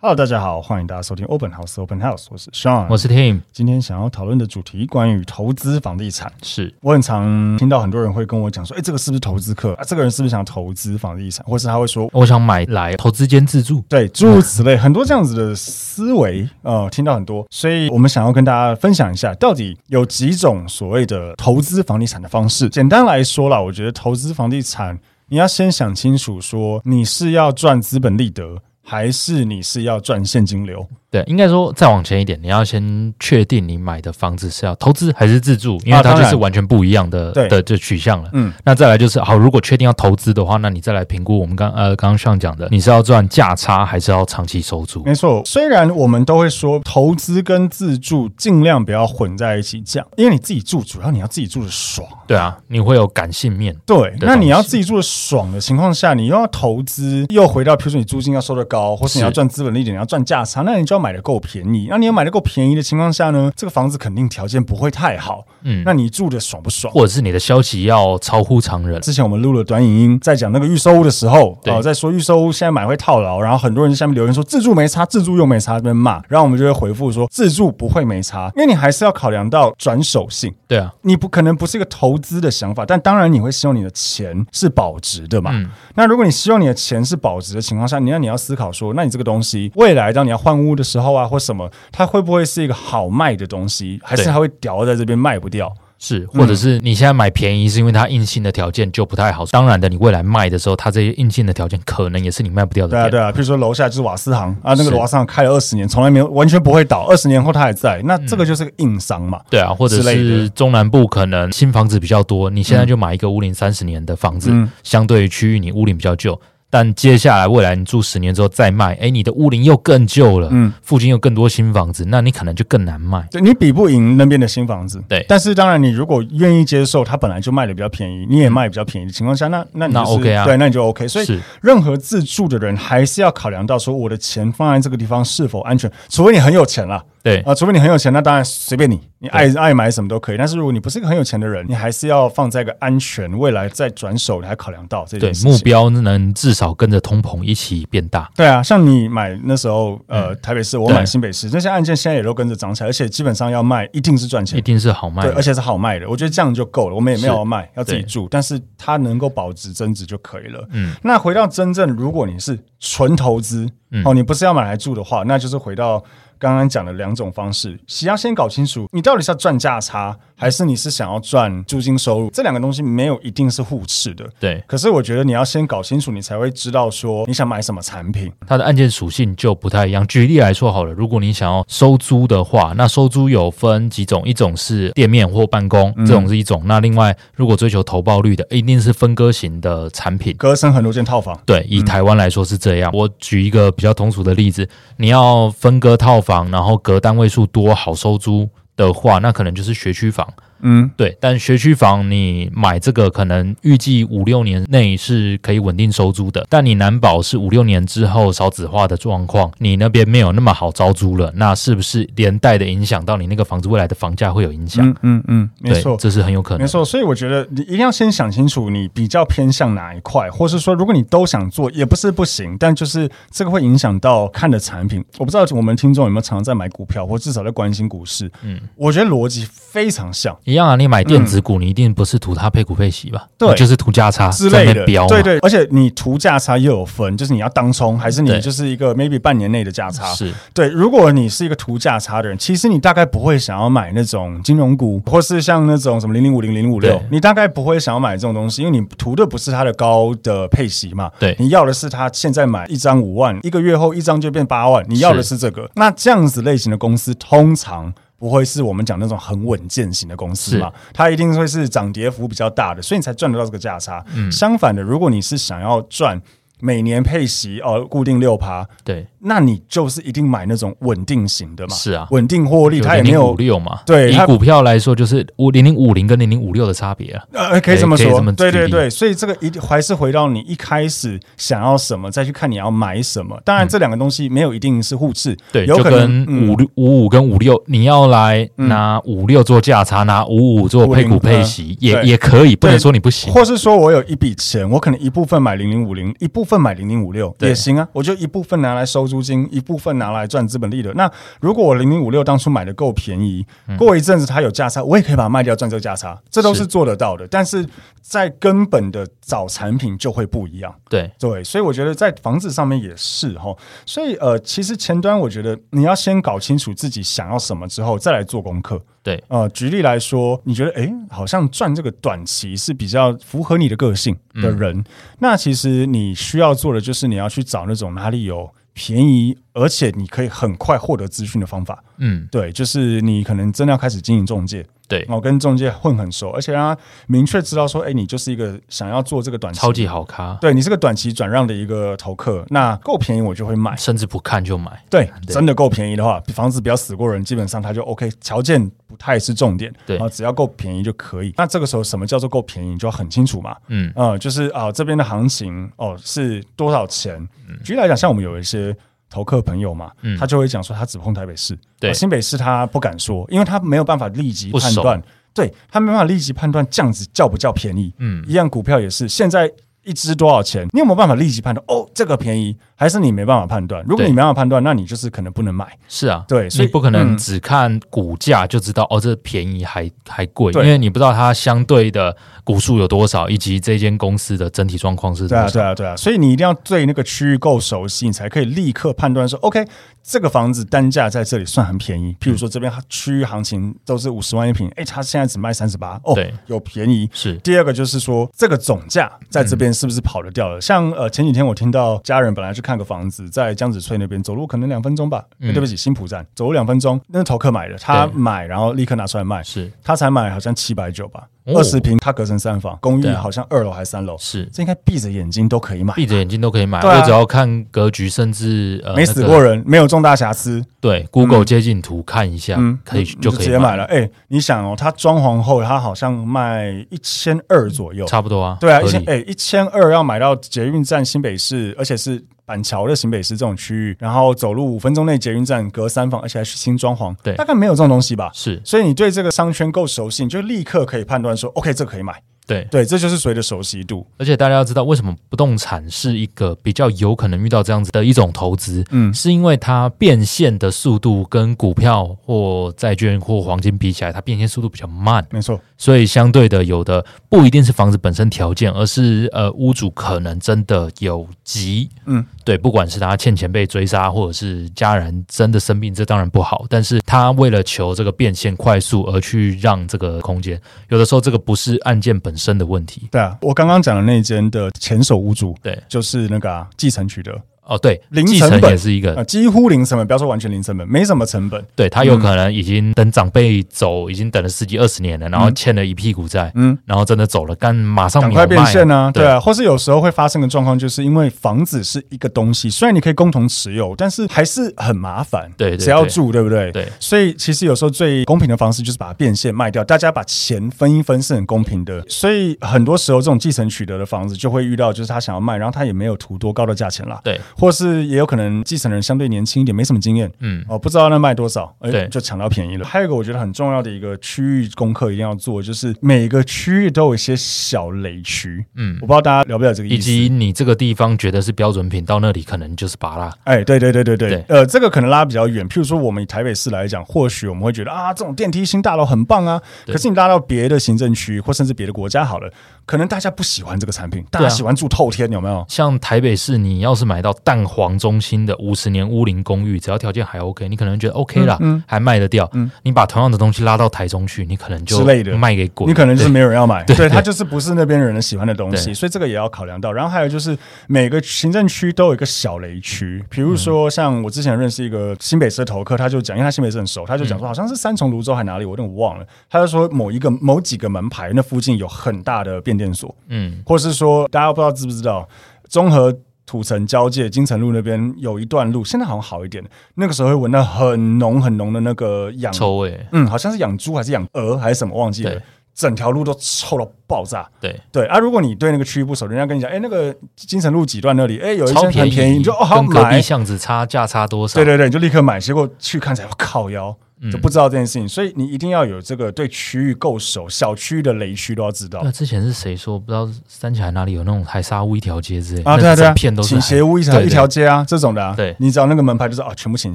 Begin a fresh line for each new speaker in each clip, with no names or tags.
Hello，大家好，欢迎大家收听 Open House Open House，我是 Sean，
我是 Tim，
今天想要讨论的主题关于投资房地产。
是
我很常听到很多人会跟我讲说，哎、这个是不是投资客啊？这个人是不是想投资房地产？或是他会说，
我想买来投资兼自住。
对，诸如此类，很多这样子的思维，呃，听到很多。所以我们想要跟大家分享一下，到底有几种所谓的投资房地产的方式。简单来说啦，我觉得投资房地产，你要先想清楚，说你是要赚资本利得，还是你是要赚现金流？
对，应该说再往前一点，你要先确定你买的房子是要投资还是自住，因为它
当
就
然
是完全不一样的、
对
的这取向了。
嗯，
那再来就是，好，如果确定要投资的话，那你再来评估我们刚呃刚刚上讲的，你是要赚价差还是要长期收租？
没错，虽然我们都会说投资跟自住尽量不要混在一起讲，因为你自己住，主要你要自己住的爽。
对啊，你会有感性面。
对，
的
那你
东
要
西
自己住的爽的情况下，你又要投资，又回到，譬如说你租金要收的高，或是你
是
要赚资本利得，你要赚价差，那你就要买的够便宜。那你要买的够便宜的情况下呢，这个房子肯定条件不会太好，
嗯，
那你住的爽不爽？
或者是你的消息要超乎常人。
之前我们录了短影音，在讲那个预售屋的时候，
对
呃，在说预售屋现在买会套牢，然后很多人在下面留言说自住没差，自住又没差，这边骂，然后我们就会回复说自住不会没差，因为你还是要考量到转手性。
对啊，
你不可能不是一个投资的想法，但当然你会希望你的钱是保值的嘛。
嗯
那如果你希望你的钱是保值的情况下，你那你要思考说，那你这个东西未来当你要换屋的时候啊，或什么，它会不会是一个好卖的东西，还是
对
它会屌在这边卖不掉？
是，或者是你现在买便宜，是因为它硬性的条件就不太好。当然的，你未来卖的时候，它这些硬性的条件可能也是你卖不掉的
对
点。
啊，对啊，比如说楼下就是瓦斯行啊，那个
是
瓦斯行开了二十年，从来没有完全不会倒，二十年后它还在，那这个就是个硬伤嘛。
对啊，或者
之类的
是中南部可能新房子比较多，你现在就买一个屋龄三十年的房子，
嗯
相对于区域你屋龄比较旧，但接下来未来你住十年之后再卖，哎，你的屋龄又更旧了，
嗯
附近有更多新房子，那你可能就更难卖。
对你比不赢那边的新房子，
对
但是当然，你如果愿意接受，它本来就卖的比较便宜，你也卖比较便宜的情况下，那那你、就是、
那 OK 啊
对，那你就 OK。所以
是
任何自住的人还是要考量到说，我的钱放在这个地方是否安全，除非你很有钱啦，
对
啊、，除非你很有钱，那当然随便你，你爱爱买什么都可以。但是如果你不是一个很有钱的人，你还是要放在一个安全，未来再转手，你还考量到这
对
件事，情。
目标能至少跟着通膨一起变大。
对啊，像你买那时候，呃，台北市，我
嗯对
买新北市，这些案件现在也都跟着涨起来，而且基本上要卖，一定是赚钱
一
的。
定是好卖
对，而
的，
且是好卖的，我觉得这样就够了。我们也没有
是
要卖，要自己
对
住，但是它能够保值增值就可以了。
嗯，
那回到真正，如果你是纯投资，
嗯
哦，你不是要买来住的话，那就是回到刚刚讲的两种方式，先要先搞清楚你到底是要赚价差，还是你是想要赚租金收入，这两个东西没有一定是互斥的。
对
可是我觉得你要先搞清楚，你才会知道说你想买什么产品。
它的案件属性就不太一样。举例来说好了，如果你想要收租的话，那收租有分几种，一种是店面或办公，这种是一种。那另外，如果追求投报率的，一定是分割型的产品。
隔生很多间套房，
对，以台湾来说是这样。我举一个比较通俗的例子，你要分割套房，然后隔单位数多好收租的话，那可能就是学区房。
嗯，
对，但学区房你买这个可能预计五六年内是可以稳定收租的，但你难保是五六年之后少子化的状况，你那边没有那么好招租了，那是不是连带的影响到你那个房子未来的房价会有影响？
嗯嗯嗯，没
对
错，，
这是很有可
没
能。
错，所以我觉得你一定要先想清楚，你比较偏向哪一块，或是说，如果你都想做，也不是不行，但就是这个会影响到看的产品。我不知道我们听众有没有常常在买股票，或至少在关心股市。嗯，我觉得逻辑非常像。
一样啊，你买电子股，你一定不是图它配股配息吧？
嗯对
你就是图价差
之
在
类
那
的
边，标嘛
对对，而且你图价差又有分，就是你要当冲，还是你
对
就是一个 maybe 半年内的价差。
是
对，如果你是一个图价差的人，其实你大概不会想要买那种金融股，或是像那种什么零零五零零五六
对，
你大概不会想要买这种东西，因为你图的不是它的高的配息嘛，
对
你要的是它现在买一张五万，一个月后一张就变八万，你要的是这个。那这样子类型的公司通常。不会是我们讲那种很稳健型的公司嘛？它一定
嗯
会是涨跌幅比较大的，所以你才赚得到这个价差。相反的，如果你是想要赚每年配息哦、呃固定六趴，
对，
那你就是一定买那种稳定型的嘛，
是啊，
稳定获利，它也
零
没
零五
有
六嘛，
对
以
它
股票来说就是五零零五零跟零零五六的差别啊，
呃，可以这么
可以
说
这，么
对
举
对
例
对，所以这个一定还是回到你一开始想要什么，再去看你要买什么。当然，这两个东西没有一定是互斥，
嗯对，
有
就
可能嗯
跟五六五五跟五六，你要来拿五六做价差，拿五五做配股
50
配息，也
嗯对
也可以，不能
对
说你不行。
或是说我有一笔钱，我可能一部分买零零五零，一部分买零零五六
对
也行啊，我就一部分拿来收租金，一部分拿来赚资本利得。那如果我零零五六当初买的够便宜，过一阵子它有价差，我也可以把它卖掉赚这个价差，这都
嗯是
是做得到的。但是在根本的找产品就会不一样。
对，
对，所以我觉得在房子上面也是哈，所以呃，其实前端我觉得你要先搞清楚自己想要什么之后，再来做功课。
对，
呃，举例来说，你觉得诶，好像赚这个短期是比较符合你的个性的
嗯
人，那其实你需要做的就是你要去找那种哪里有便宜，而且你可以很快获得资讯的方法。
嗯，
对，就是你可能真的要开始经营中介，
对，
哦，跟中介混很熟，而且让他明确知道说，诶，你就是一个想要做这个短期
超级好咖，
对你是个短期转让的一个投客，那够便宜我就会买。
甚至不看就买。
对，
对
真的够便宜的话，房子不要死过人，基本上它就 OK。条件不太是重点，
对
啊，只要够便宜就可以。那这个时候什么叫做够便宜，你就要很清楚嘛。
嗯，
呃，就是啊、这边的行情哦是多少钱？举例来讲，像我们有一些投客朋友嘛，
嗯
他就会讲说他只碰台北市，
对
呃新北市他不敢说，因为他没有办法立即
不
判
熟
断，对他没办法立即判断这样子叫不叫便宜。
嗯
一样股票也是，现在一只多少钱，你有没有办法立即判断？哦，这个便宜，还是你没办法判断？如果
对
你没办法判断，那你就是可能不能买。
是啊，
对所以
你不可能
嗯
只看股价就知道、哦，这便宜还还贵，因
对
为你不知道它相对的股数有多少，以及这间公司的整体状况是
对
多
啊，
少。
对啊，对啊，所以你一定要对那个区域够熟悉，你才可以立刻判断说，OK，这个房子单价在这里算很便宜。譬如说这边区域行情都是五十万一平，哎，它现在只卖三十八，哦
对，
有便宜。
是
第二个就是说，这个总价在这边是不是跑得掉了？像呃前几天我听到家人本来去看个房子，在江子翠那边，走路可能两分钟吧，哎
嗯
对不起，新浦站走路两分钟，那是投客买的，他
对
买然后立刻拿出来卖，
是
他才买好像七百九吧，
哦
二十平，他隔成三房，公寓
对啊
好像二楼还是三楼，
是，
这应该闭着眼睛都可以买，
闭着眼睛都可以买，
对啊
我只要看格局，甚至呃
没死
那
过
个
人，没有重大瑕疵，
对 Google 接近图看一下，
嗯，
可以
你
就
直
可以
接买了。哎，你想哦，它装潢后，它好像卖一千二左右，
差不多啊，
对啊，
合
一千
理
哎一千二要买到捷运站新北市，而且是板桥的新北市这种区域，然后走路五分钟内捷运站，隔三房，而且还是新装潢，
对
大概没有这种东西吧。
是
所以你对这个商圈够熟悉，你就立刻可以判断说，OK，这个可以买。
对，
对，这就是所谓的熟悉度。
而且大家要知道，为什么不动产是一个比较有可能遇到这样子的一种投资，
嗯
是因为它变现的速度跟股票或债券或黄金比起来，它变现速度比较慢，
没错，
所以相对的，有的不一定是房子本身条件，而是呃屋主可能真的有急，
嗯，
对，不管是他欠钱被追杀，或者是家人真的生病，这当然不好，但是他为了求这个变现快速而去让这个空间，有的时候这个不是案件本身的问题，
对啊，我刚刚讲的那间的前手屋主，
对，
就是那个啊继承取得，
哦，对，
零
继
成
承
本
也是一个，
呃，几乎零成本，不要说完全零成本，没什么成本。
对他有可能已经等长辈走，已经等了十几二十年了，然后欠了一屁股债，
嗯，
然后真的走了，干马上
赶快
秒卖
变现
啊
啊，对啊，或是有时候会发生的状况，就是因为房子是一个东西，虽然你可以共同持有，但是还是很麻烦，
对对
谁要住，对不对？
对
所以其实有时候最公平的方式就是把它变现卖掉，大家把钱分一分是很公平的。所以很多时候这种继承取得的房子就会遇到，就是他想要卖，然后他也没有图多高的价钱啦，
对，
或是也有可能继承人相对年轻一点，没什么经验，
嗯，
哦，不知道那卖多少，哎、
对
就抢到便宜了。还有一个我觉得很重要的一个区域功课一定要做，就是每个区域都有一些小雷区，
嗯
嗯，我不知道大家了不了解这个
以
意
及
思。
你这个地方觉得是标准品，到那里可能就是拔蜡。
哎，对对对对对，
对
呃，这个可能拉比较远。譬如说，我们以台北市来讲，或许我们会觉得啊，这种电梯新大楼很棒啊。
对
可是你拉到别的行政区，或甚至别的国家好了，可能大家不喜欢这个产品，大
对
家
啊
喜欢住透天，有没有？
像台北市，你要是买到蛋黄中心的五十年屋龄公寓，只要条件还 OK，你可能觉得 OK 啦，
嗯
还卖得掉。你把同样的东西拉到台中去，你可能就
之类的
卖给鬼。
你可能就是没有人要买，
对
对
对
它就是不是那边人的喜欢的东
对
西，所以这个也要考量到。然后还有就是每个行政区都有一个小雷区，比如
嗯
说像我之前认识一个新北市的投客，他就讲，因为他新北市很熟，他就讲说好像是三重、泸州还哪里，我有点忘了。他就说某一个某几个门牌那附近有很大的变电所，
嗯，
或是说大家不知道知不知道综合。土城交界金城路那边有一段路，现在好像好一点。那个时候会闻到很浓很浓的那个养，
臭味，
嗯，好像是养猪还是养鹅还是什么，忘记了
对。
整条路都臭到爆炸。
对，
对啊，如果你对那个区域不熟，人家跟你讲，哎、那个金城路几段那里，哎、有一
超
间很便宜，
宜，
你就哦好
跟隔壁
买。
巷子差价差多少？
对对对，你就立刻买。结果去看才我靠腰，
嗯，
就不知道这件事情，所以你一定要有这个对区域够熟，小区域的雷区都要知道
那之前是谁说不知道三峡哪里有那种海沙屋一条街之类
啊。
那
对啊，对
整
啊，
片都是
倾
海
斜屋一条
对
一
对
条街啊，这种的啊，
对
你只要那个门牌就是啊，全部倾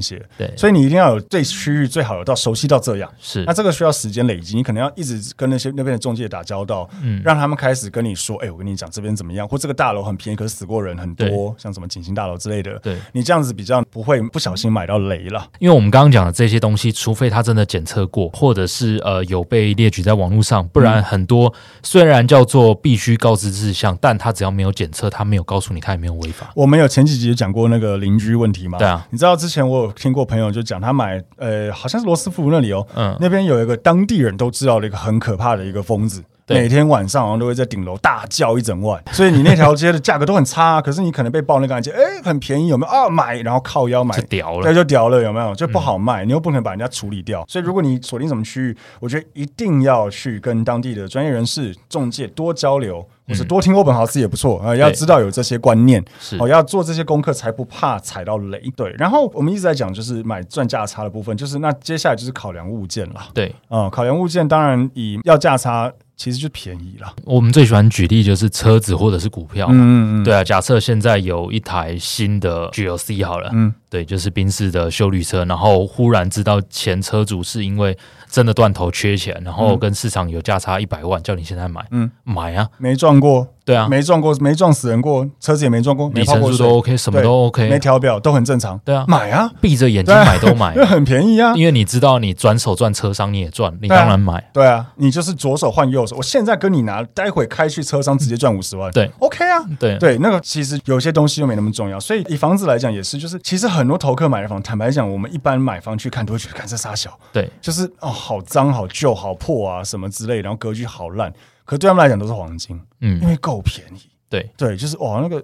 斜，
对，
所以你一定要有对区域最好有到熟悉到这样。
是
那这个需要时间累积，你可能要一直跟那些那边的中介打交道，
嗯
让他们开始跟你说，哎、我跟你讲这边怎么样，或这个大楼很便宜，可是死过人很多，像什么景星大楼之类的，
对，
你这样子比较不会不小心买到雷了。
因为我们刚刚讲的这些东西，除非它真的检测过，或者是呃有被列举在网络上，不然很多、虽然叫做必须告知事项，但它只要没有检测，它没有告诉你，它也没有违法。
我们有前几集讲过那个邻居问题嘛？
对啊
你知道之前我有听过朋友就讲，他买呃，好像是罗斯福那里哦，
嗯
那边有一个当地人都知道的一个很可怕的一个疯子。
对
每天晚上好像都会在顶楼大叫一整晚，所以你那条街的价格都很差、可是你可能被报那个案件，哎、很便宜，有没有啊？买，然后靠腰买
就，屌
对，
了，嗯
就屌了，有没有？就不好卖，你又不可能把人家处理掉。所以，如果你锁定什么区域，我觉得一定要去跟当地的专业人士、中介多交流，或是多听欧本豪斯也不错啊、呃要知道有这些观念，
嗯是
哦，要做这些功课，才不怕踩到雷。对，然后我们一直在讲就是买赚价差的部分，就是那接下来就是考量物件啦。
对。
啊、考量物件当然以要价差，其实就便宜啦。
我们最喜欢举例就是车子或者是股票。
嗯嗯嗯，
对啊，假设现在有一台新的 GLC 好了，
嗯
嗯，对，就是宾士的修旅车，然后忽然知道前车主是因为真的断头缺钱，然后跟市场有价差一百万，叫你现在买，
嗯
嗯，买啊，
没撞过，
对啊，
没撞过，没撞死人过，车子也没撞过，没
里
泡
程
过
数
水
都 OK，什么
对
都
没
OK，
调表，都很正常。
对啊，
买啊，
闭着眼睛买都 买
因，为很便宜啊。
哎因为你知道你转手赚车商你也赚，你
对啊
当然买，
对啊，你就是左手换右手，我现在跟你拿，待会开去车商直接赚五十万。
对嗯
，OK 啊。
对，
对，那个其实有些东西又没那么重要，所以以房子来讲也是，就是其实很多投客买的房，坦白讲，我们一般买房去看都会觉得，看这傻小，
对，
就是哦，好脏、好旧、好破啊，什么之类，然后格局好烂，可对他们来讲都是黄金，因
嗯，
为够便宜。
对，
对，就是哇，那个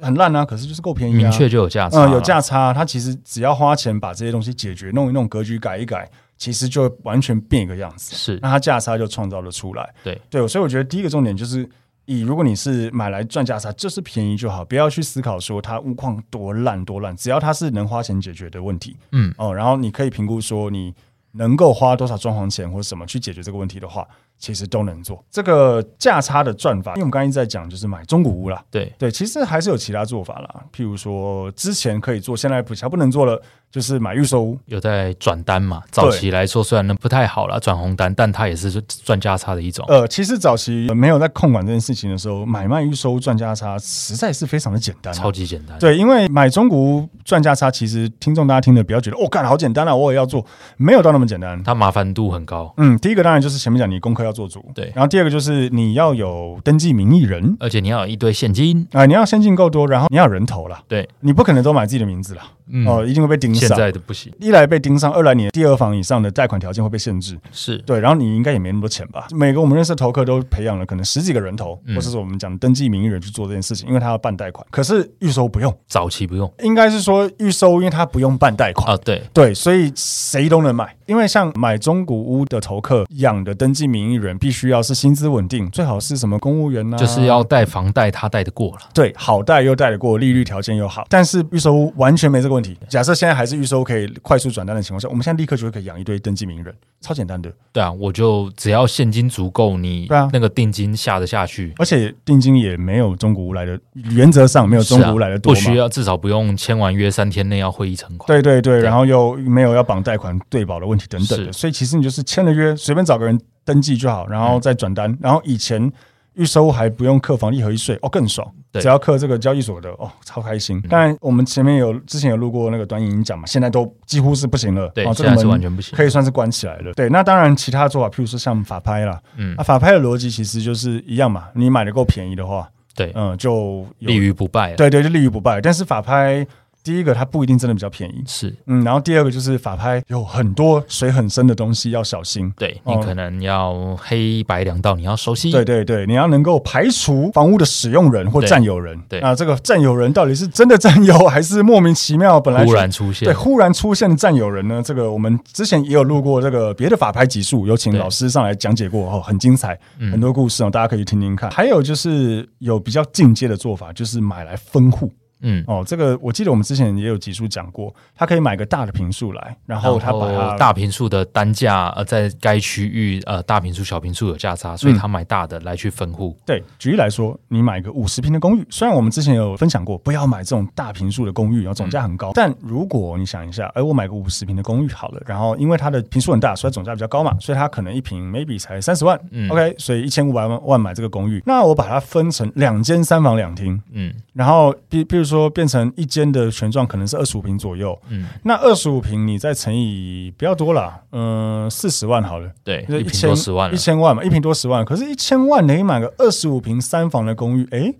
很烂啊，可是就是够便宜、啊，
明确就有价差，
嗯，有，价差，它其实只要花钱把这些东西解决，弄一弄格局改一改，其实就会完全变一个样子。
是
那它价差就创造了出来。
对
对，所以我觉得第一个重点就是，以如果你是买来赚价差，就是便宜就好，不要去思考说它物况多烂多烂，只要它是能花钱解决的问题
嗯，
哦，然后你可以评估说你能够花多少装潢钱或什么去解决这个问题的话，其实都能做。这个价差的赚法，因为我们刚刚一直在讲就是买中古屋啦，
对，
对，其实还是有其他做法啦，譬如说之前可以做，现在不小不能做了，就是买预售屋。
有在转单嘛，早期来说虽然呢不太好啦，转红单，但它也是赚价差的一种，
呃，其实早期没有在控管这件事情的时候，买卖预售屋赚价差实在是非常的简单、啊
超。级简单，
呃对，因为买中古屋赚价差，其实听众大家听的不要觉得哦，干好简单啊，我也要做，没有到那么简单。
它麻烦度很高，
嗯，第一个当然就是前面讲你功课要做足，
对
然后第二个就是你要有登记名义人
而且你要有一堆现金，
啊、你要先进够多，然后你要有人头啦，
对，
你不可能都买自己的名字啦，
嗯，
哦，一定会被盯
现
上。
在的不行，
一来被盯上，二来你的第二房以上的贷款条件会被限制，
是
对，然后你应该也没那么多钱吧？每个我们认识的投客都培养了可能十几个人头，
嗯
或者是我们讲登记名义人去做这件事情，因为他要办贷款。可是预收不用，
早期不用
应该是说预收，因为他不用办贷款。
啊，对，
对，所以谁都能买，因为像买中古屋的投客养的登记名义人，必须要是薪资稳定，最好是什么公务员呢、啊
就是要贷房贷，它贷得过了，
对，好贷又贷得过，利率条件又好，但是预售屋完全没这个问题。假设现在还是预售屋可以快速转单的情况下，我们现在立刻就可以养一堆登记名人，超简单的，
对啊，我就只要现金足够，你
对啊
那个定金下得下去，
而且定金也没有中古屋来的，原则上没有中古屋来的多
啊不
嘛。
需要，至少不用签完约三天内要汇一成款。
对对对，然后又没有要绑贷款对保的问题等等的，
是
所以其实你就是签了约，随便找个人登记就好，然后
嗯
再转单。然后以前预收还不用课房利合一税，哦更爽，
对嗯
只要课这个交易所得，哦超开心。当然我们前面有之前有录过那个短影音讲嘛，现在都几乎是不行了，
对
哦，这个
现在
门
是完全不行
可以算是关起来了。对，那当然其他的做法，譬如说像法拍啦，嗯，
嗯
那、法拍的逻辑其实就是一样嘛，你买的够便宜的话，
对，
嗯，就有
立于不败了。
对对，就立于不败。但是法拍第一个它不一定真的比较便宜，
是
嗯，然后第二个就是法拍有很多水很深的东西要小心。
对
哦
你可能要黑白两道，你要熟悉。
对对对，你要能够排除房屋的使用人或
对
占有人。
对
那这个占有人到底是真的占有，还是莫名其妙本来
忽
是
然出现
对，忽然出现的占有人呢？这个我们之前也有录过这个别的法拍集数，有请
对
老师上来讲解过哦，很精彩，
嗯
很多故事哦，大家可以去听听看。还有就是有比较进阶的做法，就是买来分户
嗯，
哦。这个我记得我们之前也有集数讲过，他可以买个大的平数来，然
然后
后他把它
大平数的单价呃，在该区域呃大平数小平数有价差，所以
嗯
他买大的来去分户。
对，举例来说，你买个五十平的公寓，虽然我们之前有分享过，不要买这种大平数的公寓，然后总
嗯
价很高。但如果你想一下，哎，我买个五十平的公寓好了，然后因为它的平数很大，所以它总价比较高嘛，所以它可能一平 maybe 才三十万、
嗯
o k 所以一千五百万万买这个公寓，那我把它分成两间三房两厅，
嗯
然后比比如说变成一间的权状可能是二十五平左右，
嗯，
那二十五平你再乘以不要多了，嗯、四十万好了。
对，
就是
一平多十万
一
了。
千万嘛，一平多十万。可是，一千万你买个二十五平三房的公寓，诶，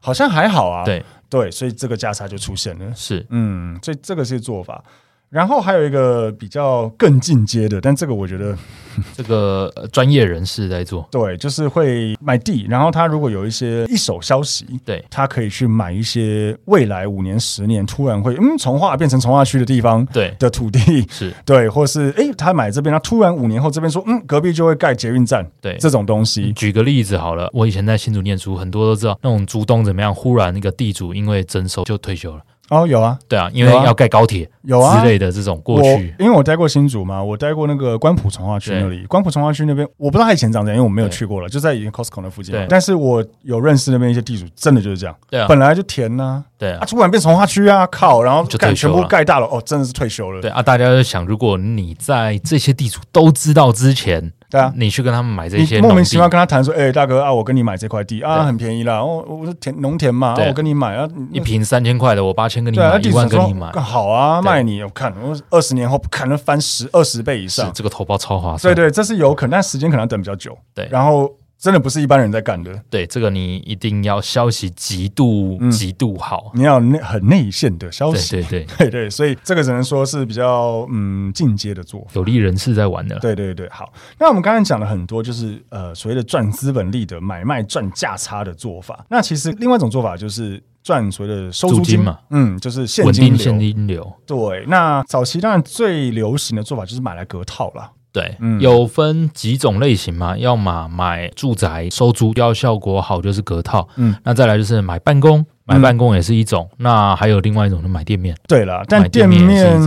好像还好啊。
对，
对，所以这个价差就出现了。
是
嗯，所以这个是做法。然后还有一个比较更进阶的，但这个我觉得
这个呃专业人士在做。
对，就是会买地，然后他如果有一些一手消息，
对，
他可以去买一些未来五年、十年突然会嗯从化变成从化区的地方
对，
的土地，
是
对，或是诶，他买这边，他突然五年后这边说嗯隔壁就会盖捷运站
对。
这种东西，
举个例子好了，我以前在新竹念书，很多都知道那种竹东怎么样，忽然那个地主因为征收就退休了。
哦有啊，
对啊，因为
有啊
要盖高铁
有啊
之类的这种过
我
去。
因为我待过新竹嘛，我待过那个关浦从化区那里。关浦从化区那边，我不知道它以前长怎样，因为我没有
对
去过了，就在以前 Costco 那附近嘛
对。
但是我有认识那边一些地主，真的就是这样，
对啊，
本来就田呐、
对
啊，
啊，
突然变从化区啊，靠，然后
就
盖
退休
全
了
部盖大楼，哦，真的是退休了。
对啊，大家就想，如果你在这些地主都知道之前，
对啊。
你去跟他们买这
你
嗯些
莫
农
名
地
其妙跟他谈说，哎、大哥啊，我跟你买这块地啊，
对
很便宜啦，哦，我是田农田嘛，啊
对
我跟你买啊，
一瓶三千块的，我八千跟你
对啊，
买，
地
一
主
万跟
说
你买，
好啊，
对
卖你，我看我二十年后可能翻十二十倍以
是
上，
这个头包超划
对
算。
对，这是有可能，但时间可能要等比较久。
对
然后真的不是一般人在干的，
对，这个你一定要消息极度
嗯
极度好。
你要有内很内线的消息。
对对对，
对对，所以这个只能说是比较嗯进阶的做法。
有利人士在玩的啦。
对对对，好。那我们刚才讲了很多，就是呃所谓的赚资本利的买卖赚价差的做法。那其实另外一种做法就是赚所谓的收租
租金嘛，
嗯，就是现
稳
金
定
流。
现金流。
对，那早期当然最流行的做法就是买来隔套啦。
对，
嗯
有分几种类型嘛？要么买住宅收租，要效果好就是隔套。
嗯，
那再来就是买办公，买
嗯
办公也是一种。那还有另外一种就买店面。
对了，但
买
店
店
面
面也是一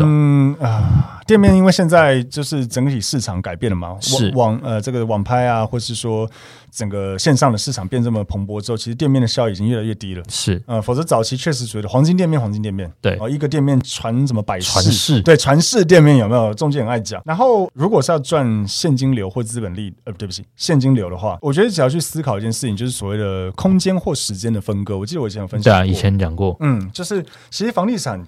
啊、店面因为现在就是整体市场改变了嘛，
是
网网呃这个网拍啊，或是说整个线上的市场变这么蓬勃之后，其实店面的效益已经越来越低了。
是
呃，否则早期确实觉得黄金店面，黄金店面，
对
哦，一个店面传什么百
传世
对，传世店面有没有？中介很爱讲。然后，如果是要赚现金流或资本利，呃，对不起，现金流的话，我觉得只要去思考一件事情，就是所谓的空间或时间的分割。我记得我以前有分享
对
过，
啊，以前讲过，
嗯，就是其实房地产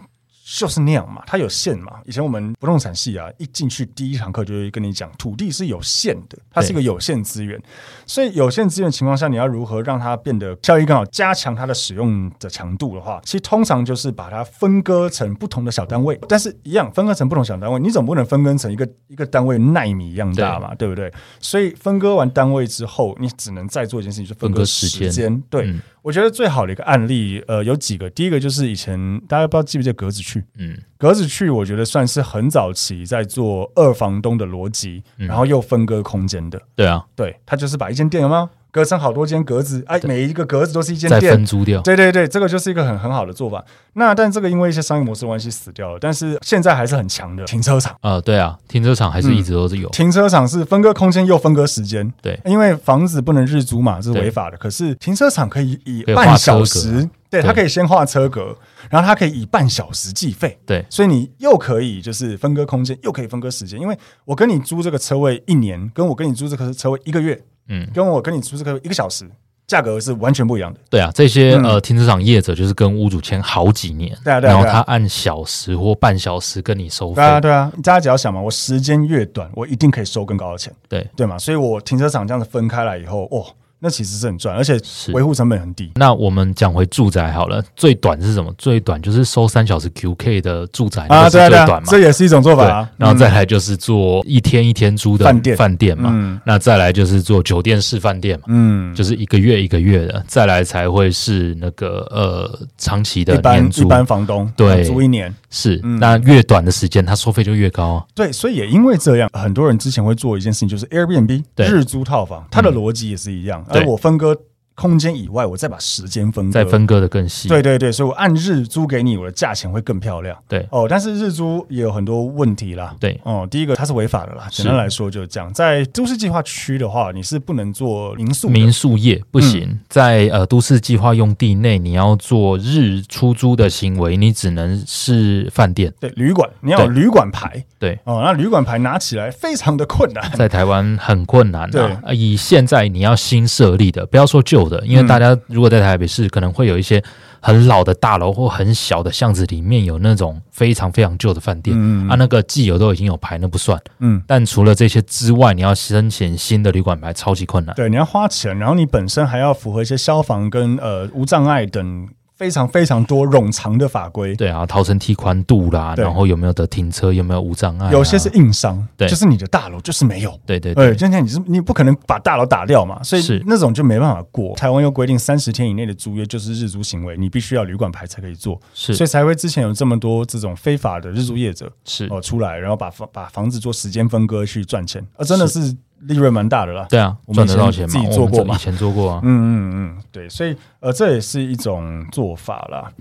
就是那样嘛，它有限嘛。以前我们不动产系啊，一进去第一堂课就会跟你讲，土地是有限的，它是一个有限资源，所以有限资源情况下，你要如何让它变得效益更好，加强它的使用的强度的话，其实通常就是把它分割成不同的小单位，但是一样分割成不同小单位，你总不能分割成一个一个单位纳米一样大嘛，对不对？所以分割完单位之后，你只能再做一件事情，就是分
分
割
割
时
时
间。
间
对，
嗯
我觉得最好的一个案例，呃，有几个。第一个就是以前大家不知道记不记得格子去，
嗯，
格子去，我觉得算是很早期在做二房东的逻辑，
嗯
然后又分割空间的。
对啊，
对，它就是把一间店有没有隔成好多间格子，哎，每一个格子都是一间
再
店
分。租掉。
对对对，这个就是一个很很好的做法。那但这个因为一些商业模式的关系死掉了，但是现在还是很强的停车场。
呃，对啊，停车场还是一
嗯
直都是有。
停车场是分割空间又分割时间，
对
因为房子不能日租嘛，这是
对
违法的。可是停车场可以以
可以画
半小
车格
时，对，它可以先画车格，然后它可以以半小时计费，
对
所以你又可以就是分割空间，又可以分割时间，因为我跟你租这个车位一年，跟我跟你租这个车位一个月，
嗯，
跟我跟你租这个一个小时，价格是完全不一样的。
对啊，这些、
嗯
呃停车场业者就是跟屋主签好几年，
对啊对啊
然后
对啊
他按小时或半小时跟你收费，
对啊，对啊，大家只要想嘛，我时间越短，我一定可以收更高的钱，
对
对嘛？所以我停车场这样子分开来以后，哦，那其实是很赚，而且
是
维护成本很低。
那我们讲回住宅好了，最短是什么？最短就是收三小时 QK 的住宅，那
啊，
个是
对啊，
最
对
短
啊，
嘛。
这也是一种做法
对
啊。，
然后
嗯
再来就是做一天一天租的
饭店
饭店嘛。
嗯
那再来就是做酒店式饭店嘛，
嗯，
就是一个月一个月的。再来才会是那个呃长期的
一般
年
一
租，
般房东
对
租一年，
是、
嗯
那越短的时间，它收费就越高啊、
对，所以也因为这样，很多人之前会做一件事情，就是 Airbnb
对嗯
日租套房，它的逻辑也是一样，
对
而我分割空间以外，我再把时间分割，
再分割的更细。
嗯对对对，所以我按日租给你，我的价钱会更漂亮。
对
哦，但是日租也有很多问题啦。
对
哦，第一个它是违法的啦，
是
简单来说就是这样。在都市计划区的话，你是不能做民宿的，嗯
民宿业不行，在呃都市计划用地内，你要做日出租的行为，你只能是饭店。
对旅馆，你要有
对
旅馆牌。
对，
哦，那旅馆牌拿起来非常的困难。
在台湾很困难
对
啊！呃以现在你要新设立的，不要说旧的，因为
嗯
大家如果在台北市，可能会有一些很老的大楼或很小的巷子里面有那种非常非常旧的饭店。
嗯
啊，那个既有都已经有牌，那不算。
嗯，
但除了这些之外，你要申请新的旅馆牌，超级困难。
对，你要花钱，然后你本身还要符合一些消防跟呃无障碍等非常非常多冗长的法规。
对啊，逃生梯宽度啦，
对
然后有没有得停车，有没有无障碍啊、
有些是硬伤，
对
就是你的大楼就是没有，
对对
对，
对，
今天你是你不可能把大楼打掉嘛，所以
是
那种就没办法过。台湾又规定三十天以内的租约就是日租行为，你必须要旅馆牌才可以做，所
是
以才会之前有这么多这种非法的日租业者
是
哦、，出来，然后把房把房子做时间分割去赚钱，啊，真的是利润蛮大的啦。
对啊
我，们
赚
以前
得到
自
钱嘛，
己
我
做
们
过嘛
以前做过啊，
嗯嗯嗯，对，所以呃，这也是一种做法啦。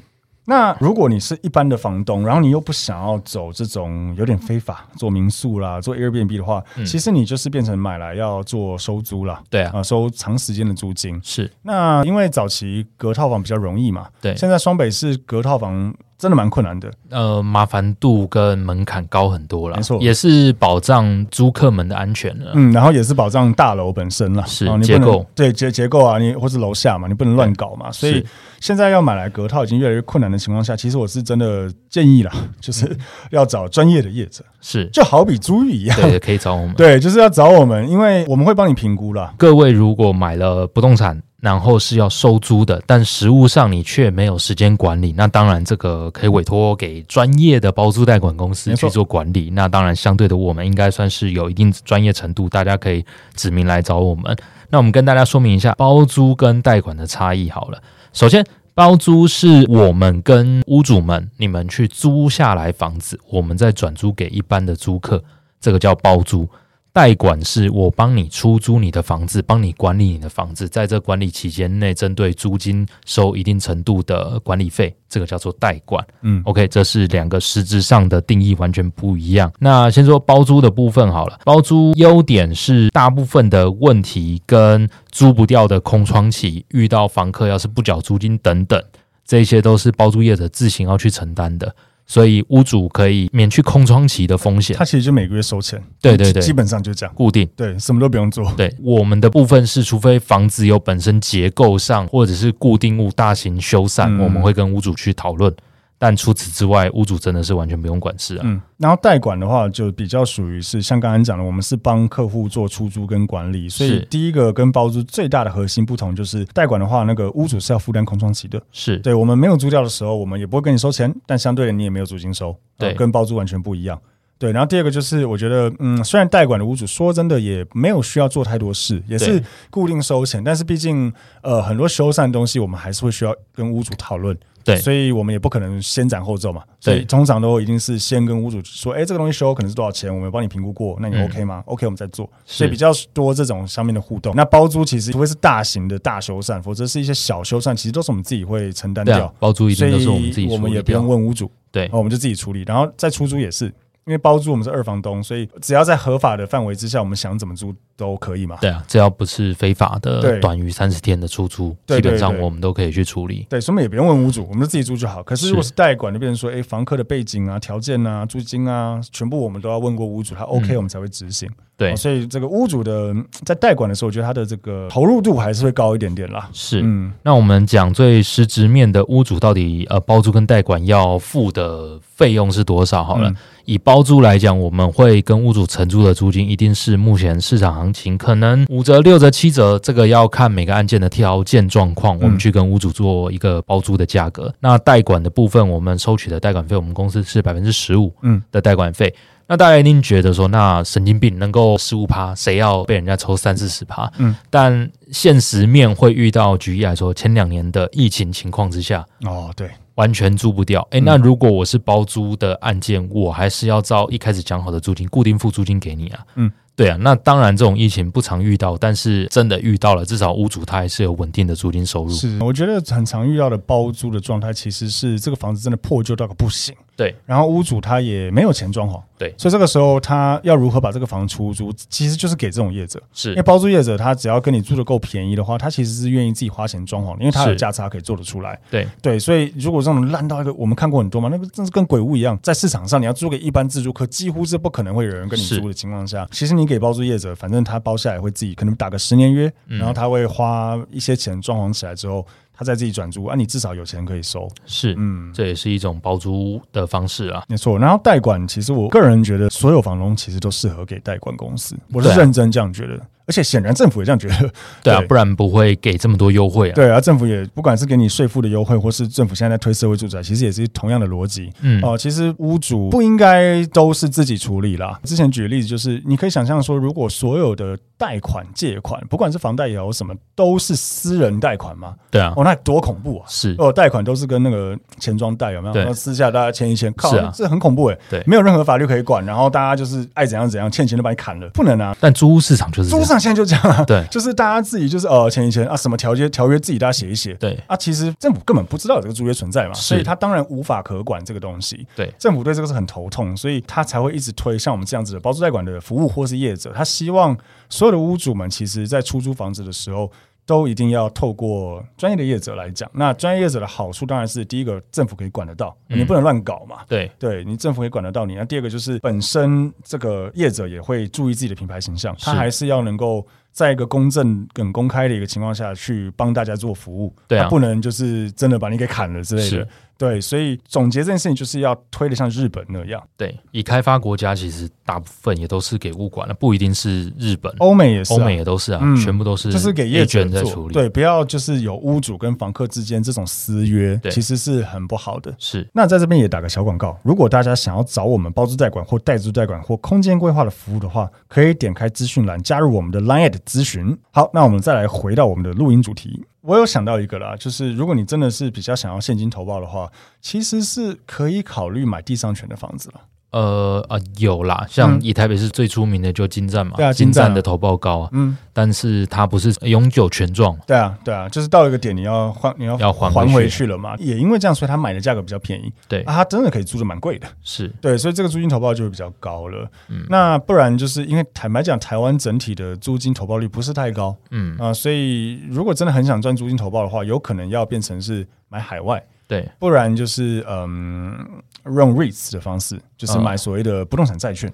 那如果你是一般的房东，然后你又不想要走这种有点非法做民宿啦、做 Airbnb 的话，其实你就是变成买来要做收租啦，
嗯对
啊、
啊，
收长时间的租金。
是
那因为早期隔套房比较容易嘛，
对
现在双北市隔套房真的蛮困难的，
呃，麻烦度跟门槛高很多了，
没错
也是保障租客们的安全了。
嗯，然后也是保障大楼本身啦，
是
啊、你不
结
能
构
对结结构啊，你或是楼下嘛，你不能乱搞嘛，所以
是
现在要买来隔套已经越来越困难的情况下，其实我是真的建议啦，
嗯
就是要找专业的业者，
是，
就好比租遇一样，
对，可以找我们。
对，就是要找我们，因为我们会帮你评估啦，
各位如果买了不动产，然后是要收租的，但实物上你却没有时间管理，那当然这个可以委托给专业的包租代管公司
没错
去做管理。那当然，相对的我们应该算是有一定专业程度，大家可以指名来找我们。那我们跟大家说明一下包租跟代管的差异好了。首先，包租是我们跟屋主们，你们去租下来房子，我们再转租给一般的租客，这个叫包租。代管是我帮你出租你的房子，帮你管理你的房子，在这管理期间内，针对租金收一定程度的管理费，这个叫做代管。
嗯
OK，这是两个实质上的定义完全不一样。那先说包租的部分好了，包租优点是大部分的问题跟租不掉的空窗期，遇到房客要是不缴租金等等，这些都是包租业者自行要去承担的，所以屋主可以免去空窗期的风险
他，其实就每个月收钱，
对对
基
对
基本上就这样，
固定。
对，什么都不用做，
对我们的部分是，除非房子有本身结构上或者是固定物大型修缮，
嗯
我们会跟屋主去讨论。但除此之外，屋主真的是完全不用管事啊。
嗯，然后代管的话，就比较属于是像刚刚讲的，我们是帮客户做出租跟管理，所以
是
第一个跟包租最大的核心不同就是代管的话，那个屋主是要负担空窗期的。
是
对我们没有租掉的时候，我们也不会跟你收钱，但相对的你也没有租金收，呃
对
跟包租完全不一样。对，然后第二个就是，我觉得，嗯，虽然代管的屋主说真的也没有需要做太多事，也是
对
固定收钱，但是毕竟，呃，很多修缮东西我们还是会需要跟屋主讨论，
对
所以我们也不可能先斩后奏嘛，所
对
以通常都一定是先跟屋主说，哎，这个东西修可能是多少钱，我们帮你评估过，那你
嗯
OK 吗、o k 我们再做，
是
所以比较多这种上面的互动。那包租其实除非是大型的大修缮，否则是一些小修缮，其实都是我们自己会承担
对
掉
啊，，包租一
所
定
以
都是我们自己
我
处
们也
理
不
掉
用。问屋主，
对
哦，我们就自己处理。然后再出租也是，因为包租我们是二房东，所以只要在合法的范围之下，我们想怎么租都可以嘛。
对啊，只要不是非法
对
的短于三十天的出租，
对
基本
对
上
对
我们都可以去处理。
对，所以我们也不用问屋主，我们就自己租就好。可是
是
如果是代管，就变成说，哎，房客的背景啊、条件啊、租金啊，全部我们都要问过屋主，他 OK，、我们才会执行。
嗯对
哦，所以这个屋主的嗯在代管的时候，我觉得他的这个投入度还是会高一点点啦。
是。
嗯，
那我们讲最实质面的屋主到底呃包租跟代管要付的费用是多少好了？
嗯
以包租来讲，我们会跟屋主承租的租金一定是目前市场行情可能五折、六折、七折，这个要看每个案件的条件状
嗯
况，我们去跟屋主做一个包租的价格。那代管的部分，我们收取的代管费，我们公司是百分之十五
嗯
的代管费。那大家一定觉得说，那神经病能够十五趴，谁要被人家抽三四十趴？
嗯，
但现实面会遇到，举例来说，前两年的疫情情况之下，
哦，对，
完全租不掉。
嗯
诶，那如果我是包租的案件，我还是要照一开始讲好的租金，固定付租金给你啊。
嗯，
对啊。那当然，这种疫情不常遇到，但是真的遇到了，至少屋主他还是有稳定的租金收入。
是，我觉得很常遇到的包租的状态，其实是这个房子真的破旧到个不行。
对，
然后屋主他也没有钱装潢，
对
所以这个时候他要如何把这个房出租，其实就是给这种业者，
是
因为包租业者他只要跟你租的够便宜的话，他其实是愿意自己花钱装潢的，因为他有
是
价差可以做得出来。
对
对，所以如果这种烂到一个，我们看过很多嘛，那个真是跟鬼屋一样，在市场上你要租给一般自住客，几乎是不可能会有人跟你
是
租的情况下，其实你给包租业者，反正他包下来会自己可能打个十年约，
嗯
然后他会花一些钱装潢起来之后，他再自己转租，啊，你至少有钱可以收，
是，
嗯。
这也是一种包租的方式啊。
没错，然后代管，其实我个人觉得，所有房东其实都适合给代管公司，我是
对啊
认真这样觉得，而且显然政府也这样觉得，
对啊，
对
不然不会给这么多优惠啊。
对啊，政府也不管是给你税负的优惠，或是政府现在在推社会住宅，其实也是同样的逻辑。
嗯
哦、其实屋主不应该都是自己处理啦。之前举个例子，就是你可以想象说，如果所有的贷款、借款，不管是房贷也好，什么都是私人贷款嘛，
对啊，
哦，那多恐怖啊！
是
哦，贷款都是跟那个钱庄贷有没有？
对
然后私下大家签一签，靠，
是啊
这很恐怖哎、
对
没有任何法律可以管，然后大家就是爱怎样怎样，欠钱就把你砍了，不能啊！
但租屋市场就是这
租
样。
上现在就这样啊，
对
就是大家自己就是呃签一签啊，什么条约条约自己大家写一写，
对
啊，其实政府根本不知道有这个租约存在嘛，
是
所以他当然无法可管这个东西。
对
政府对这个是很头痛，所以他才会一直推像我们这样子的包租代管的服务或是业者，他希望所有的屋主们其实在出租房子的时候。都一定要透过专业的业者来讲。那专业业者的好处当然是，第一个政府可以管得到，
嗯
你不能乱搞嘛。
对
对你政府也管得到你。那第二个就是本身这个业者也会注意自己的品牌形象，他
是
还是要能够在一个公正、很公开的一个情况下去帮大家做服务，
对啊
他不能就是真的把你给砍了之类的
是。
对，所以总结这件事情就是要推得像日本那样，
对，已开发国家其实大部分也都是给物管了，不一定是日本、
欧美也是、啊，
欧美也都是啊，
嗯
全部都是
就是给业者
agent 在
做
处理。
对，不要就是有屋主跟房客之间这种私约，
对
其实是很不好的。
是
那在这边也打个小广告，如果大家想要找我们包租代管或代租代管或空间规划的服务的话，可以点开资讯栏加入我们的 Line 的咨询。好，那我们再来回到我们的录音主题。我有想到一个啦，就是如果你真的是比较想要现金投报的话，其实是可以考虑买地上权的房子了。
呃啊、有啦，像
嗯
以台北市最出名的就金站嘛，
对啊
金
金站啊
的投报高啊，
嗯，
但是它不是永久权状，
对啊，对啊，就是到一个点你要换，你要
要还
还
回去
回去了嘛。也因为这样，所以他买的价格比较便宜。
对
啊，他真的可以租的蛮贵的。
是
对，所以这个租金投报就会比较高了。
嗯
那不然就是因为坦白讲，台湾整体的租金投报率不是太高，
嗯
啊、所以如果真的很想赚租金投报的话，有可能要变成是买海外，
对
不然就是嗯用 REITs 的方式，就是
嗯
买所谓的不动产债券。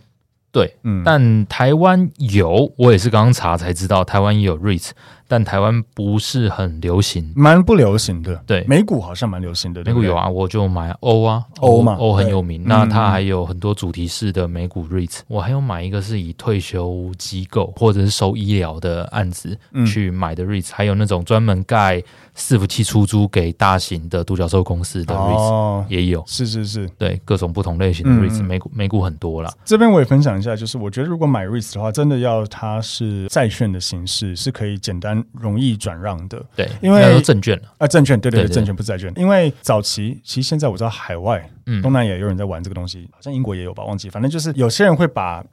对。
嗯，
但台湾有，我也是刚刚查才知道，台湾也有 REIT，但台湾不是很流行。
蛮不流行的。
对
美股好像蛮流行的，
美
对不
股
对
有。啊，我就买欧啊，
欧嘛
欧很有名。
对
那
嗯
它还有很多主题式的美股 REIT，我还有买一个是以退休机构或者是收医疗的案子
嗯
去买的 REIT，、还有那种专门盖伺服器出租给大型的独角兽公司的 REIT、
哦，
也有。
是是是，
对各种不同类型的
嗯
REITs，、
嗯
美股美股很多啦。
这边我也分享一下，就是我觉得如果买 REITs 的话，真的要它是债券的形式，是可以简单容易转让的。
对，
因为
应该说证券了，
啊，证券，对对
对
对，
对
证券不是债券，因为早期其实现在我知道海外、
嗯
东南亚有人在玩这个东西，好像英国也有吧，忘记，反正就是有些人会把。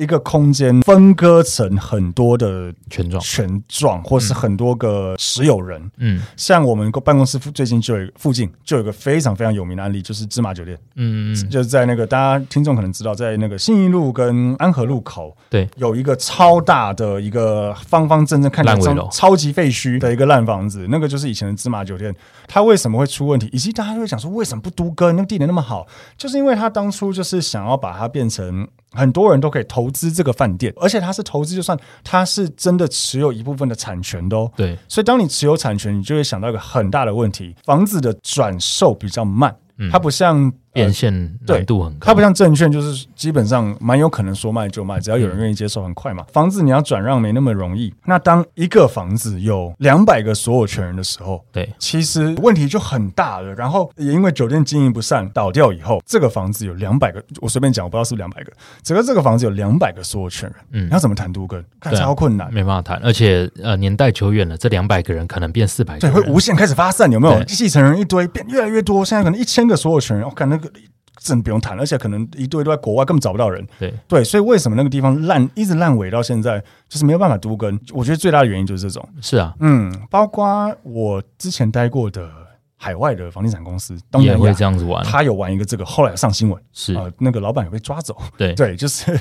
一个空间分割成很多的
权状，
权状，或是很多个持有人。
嗯
像我们办公室附最近就有一个附近就有一个非常非常有名的案例，就是芝麻酒店，
嗯嗯，
就是在那个大家听众可能知道，在那个信义路跟安和路口，
对，
有一个超大的一个方方正正看起来
烂尾楼
超超级废墟的一个烂房子，那个就是以前的芝麻酒店。它为什么会出问题？以及大家就会讲说，为什么不都跟那个地点那么好？就是因为他当初就是想要把它变成。很多人都可以投资这个饭店，而且它是投资，就算它是真的持有一部分的产权的哦。
对，
所以当你持有产权，你就会想到一个很大的问题：房子的转售比较慢，它不像
嗯
呃
变现难度很高。
它不像证券，就是基本上蛮有可能说卖就卖，只要有人愿意接受，很快嘛。房子你要转让没那么容易。那当一个房子有两百个所有权人的时候，
对，
其实问题就很大了。然后也因为酒店经营不善倒掉以后，这个房子有两百个，我随便讲，我不知道是不是两百个，整个这个房子有两百个所有权人，
嗯
你要怎么谈都跟，看
对啊
超困难。
没办法谈，而且呃年代久远了，这两百个人可能变四百个
对，
人，
会无限开始发散，有没有？
对
继承人一堆，变越来越多，现在可能一千个所有权人，我、哦看那个真的不用谈，而且可能一堆都在国外，根本找不到人。
对
对，所以为什么那个地方烂，一直烂尾到现在，就是没有办法都跟？我觉得最大的原因就是这种。
是啊，
嗯，包括我之前待过的海外的房地产公司，东
也
南
会
亚
这，样子玩，
他有玩一个这个，后来上新闻，
是
啊，那个老板也被抓走。
对
对，就是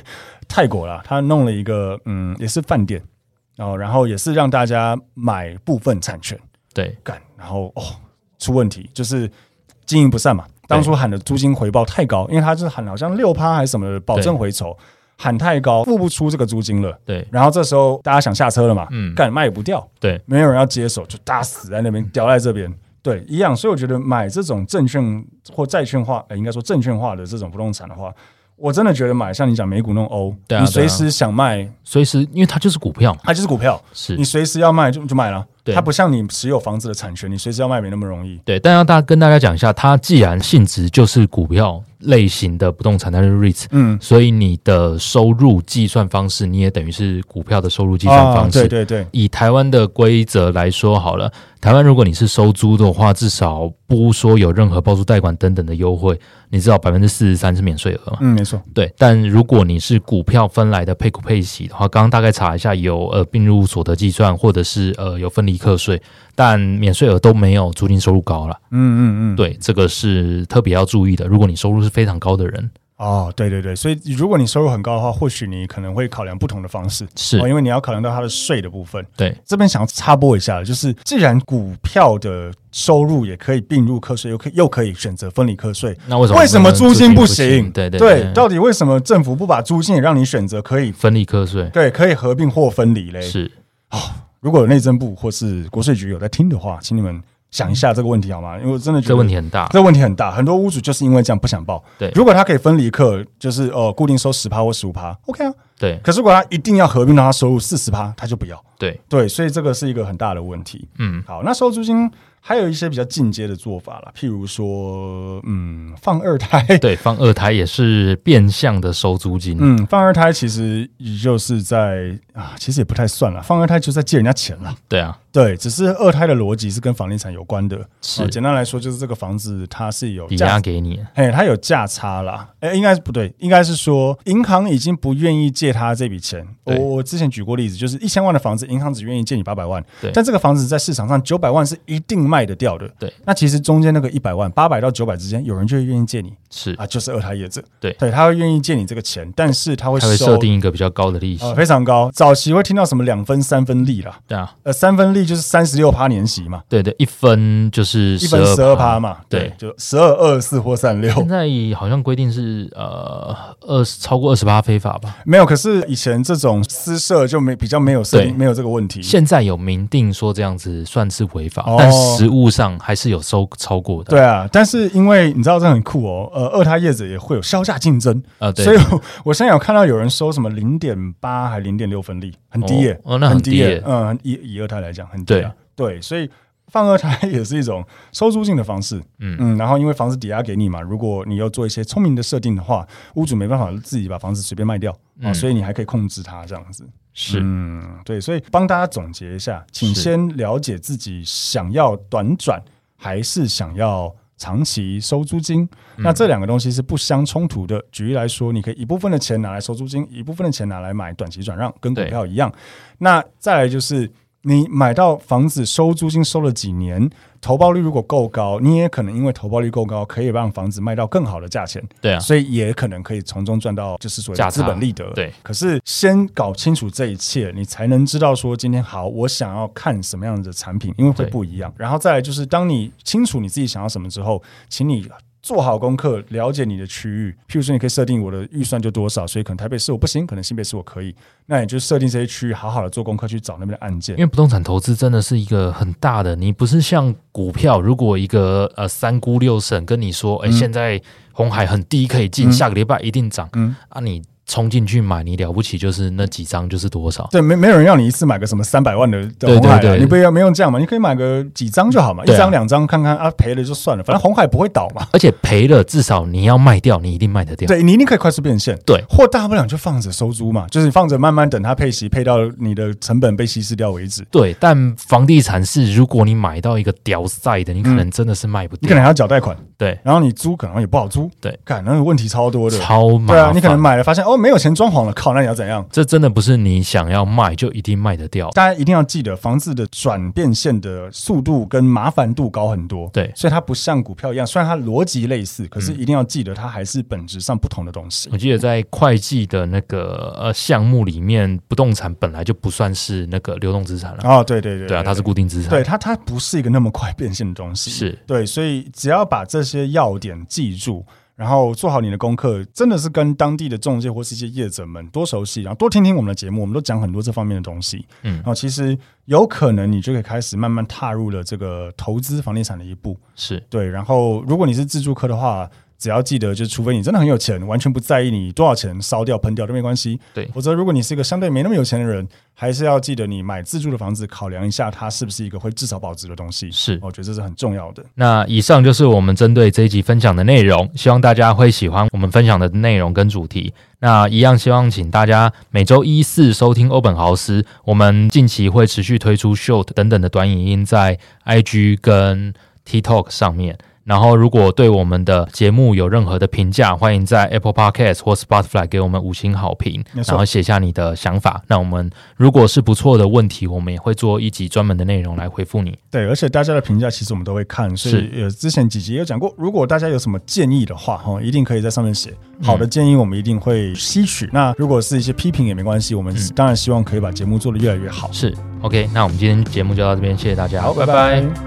泰国啦，他弄了一个嗯，也是饭店，然后然后也是让大家买部分产权。
对
干，然后哦出问题，就是经营不善嘛。当初喊的租金回报太高，因为他是喊好像六趴还是什么的保证回酬，喊太高，付不出这个租金了。
对
然后这时候大家想下车了嘛，
嗯
干卖不掉，
对，
没有人要接手，就大家死在那边，掉在这边。对，一样。所以我觉得买这种证券或债券化，呃、应该说证券化的这种不动产的话，我真的觉得买像你讲美股那种欧，
对啊
你
对
随
啊
时想卖，
随时因为它就是股票嘛，
它就是股票，
是
你随时要卖就就卖了。
对
它不像你持有房子的产权，你随时要卖没那么容易。
对，但要大跟大家讲一下，它既然性质就是股票类型的不动产，它是 REITs，
嗯，
所以你的收入计算方式，你也等于是股票的收入计算方式。
啊对对对，
以台湾的规则来说好了，台湾如果你是收租的话，至少不说有任何包租代管等等的优惠，你至少百分之四十三是免税额嘛。
嗯，没错，
对，但如果你是股票分来的配股配息的话，刚刚大概查一下有呃并入所得计算，或者是呃有分离课税，但免税额都没有租金收入高了。
嗯嗯嗯，，
对，这个是特别要注意的。如果你收入是非常高的人，
哦，对对对，所以如果你收入很高的话，或许你可能会考量不同的方式，
是
哦，因为你要考量到它的税的部分。
对
这边想要插播一下，就是既然股票的收入也可以并入课税，又可以又可以选择分离课税，
那为什么
为什么租金
不
不行？
对对
对，到底为什么政府不把租金也让你选择可以？
分离课税
对，可以合并或分离嘞。
是
如果有内政部或是国税局有在听的话，请你们想一下这个问题好吗？因为我真的觉得
这问题很大。
这问题很大，很多屋主就是因为这样不想报。
对
如果他可以分离课，就是呃固定收十趴或十五趴，OK 啊。
对
可是如果他一定要合并到他收入四十趴，他就不要。
对，
对，所以这个是一个很大的问题。
嗯，
好，那收租金还有一些比较进阶的做法啦，譬如说，嗯，放二胎。
对，放二胎也是变相的收租 金。
嗯，放二胎其实就是在啊，其实也不太算了，放二胎就是在借人家钱了。
对啊，
对，只是二胎的逻辑是跟房地产有关的。
是
呃简单来说，就是这个房子它是有
抵
价
押给你。
哎，它有价差啦。哎，应该是不对，应该是说银行已经不愿意借他这笔钱。我
对
我之前举过例子，就是一千万的房子，银行只愿意借你八百万
对，
但这个房子在市场上九百万是一定卖得掉的。
对，
那其实中间那个一百万，八百到九百之间，有人就会愿意借你
是，
啊，就是二胎业者。
对
对，他会愿意借你这个钱，但是他会
它会
收
设定一个比较高的利息
呃。非常高。早期会听到什么两分、三分利啦，
对啊，
呃，三分利就是三十六趴年息嘛，
对对，一分就是
一分十二趴
趴。
嘛，
对
就十二、二四或三 六。
现在好像规定是呃二十超过二十八非法吧？
没有，可是以前这种私设就没比较没有设
对
定，没有这个问题。
现在有明定说这样子算是违法，
哦
但实物上还是有收超过的。
对啊，但是因为你知道这很酷哦，呃，二胎业者也会有销价竞争，
啊，对，
所以我我现在有看到有人收什么零点八还零点六分利，很低耶、
哦哦那很
很
低耶
耶，嗯，以以二胎来讲很低啊，对，所以放二胎也是一种收租金的方式，
嗯
嗯嗯，然后因为房子抵押给你嘛，如果你要做一些聪明的设定的话，屋主没办法自己把房子随便卖掉啊、
嗯
所以你还可以控制它这样子，
是、
嗯，对，所以帮大家总结一下，请
是
先了解自己想要短转还是想要长期收租金。
嗯
那这两个东西是不相冲突的。举例来说，你可以一部分的钱拿来收租金，一部分的钱拿来买短期转让，跟股
对
票一样。那再来就是。你买到房子收租金收了几年，投报率如果够高，你也可能因为投报率够高，可以让房子卖到更好的价钱。
对啊，
所以也可能可以从中赚到就是所谓
价
的
差
资本利得。
对，
可是先搞清楚这一切，你才能知道说今天好，我想要看什么样的产品，因为会
对
不一样。然后再来就是，当你清楚你自己想要什么之后，请你做好功课，了解你的区域。譬如说，你可以设定我的预算就多少，所以可能台北市我不行，可能新北市我可以。那你就设定这些区域，好好的做功课去找那边的案件
因。为不动产投资真的是一个很大的，你不是像股票，如果一个呃三姑六婶跟你说，哎、现在红海很低可以进，
嗯
下个礼拜一定涨，
嗯
啊，你冲进去买，你了不起就是那几张就是多少，
对，没没有人要你一次买个什么三百万的的
对
红海、啊，
对对
你不要没用这样嘛，你可以买个几张就好嘛，一
对啊
张两张看看啊，赔了就算了，反正红海不会倒嘛。
而且赔了至少你要卖掉，你一定卖得掉。
对你一定可以快速变现，
对
或大不了就放着收租嘛，就是你放着慢慢等它配息，配到你的成本被稀释掉为止。
对但房地产是，如果你买到一个屌赛的，你可能真的是卖不
你
掉
可。能还要缴贷款，
对，
然后你租可能也不好租，
对
干，那个问题超多的，
超麻
对
烦。
啊，你可能买了发现哦没有钱装潢了，靠，那你要怎样？
这真的不是你想要卖就一定卖得掉。
大家一定要记得，房子的转变线的速度跟麻烦度高很多，
对嗯
所以它不像股票一样，虽然它逻辑类似，可是一定要记得它还是本质上不同的东西。
我记得在会计的那个呃项目里面，不动产本来就不算是那个流动资产了，
哦，对对对，
对啊，它是固定资产，
对它，它不是一个那么快变现的东西。
是
对，所以只要把这些要点记住，然后做好你的功课，真的是跟当地的中介或是一些业者们多熟悉，然后多听听我们的节目，我们都讲很多这方面的东西。
嗯
然后其实有可能你就可以开始慢慢踏入了这个投资房地产的一步。
是
对，然后如果你是自助客的话，只要记得，就除非你真的很有钱，完全不在意你多少钱烧掉、喷掉都没关系。
对
否则如果你是一个相对没那么有钱的人，还是要记得你买自住的房子，考量一下它是不是一个会至少保值的东西。
是。
我觉得这是很重要的。
那以上就是我们针对这一集分享的内容，希望大家会喜欢我们分享的内容跟主题。那一样希望请大家每周一四收听欧本豪斯，我们近期会持续推出 Short 等等的短影音在 IG 跟 TikTok 上面。然后，如果对我们的节目有任何的评价，欢迎在 Apple Podcast 或 Spotify 给我们五星好评，
没错
然后写下你的想法。那我们如果是不错的问题，我们也会做一集专门的内容来回复你。
对，而且大家的评价其实我们都会看，所以呃，之前几集也有讲过，如果大家有什么建议的话，哈、一定可以在上面写。
嗯
好的建议我们一定会吸取。那如果是一些批评也没关系，我们
嗯
当然希望可以把节目做得越来越好。
是 OK，那我们今天节目就到这边，谢谢大家，
好，拜拜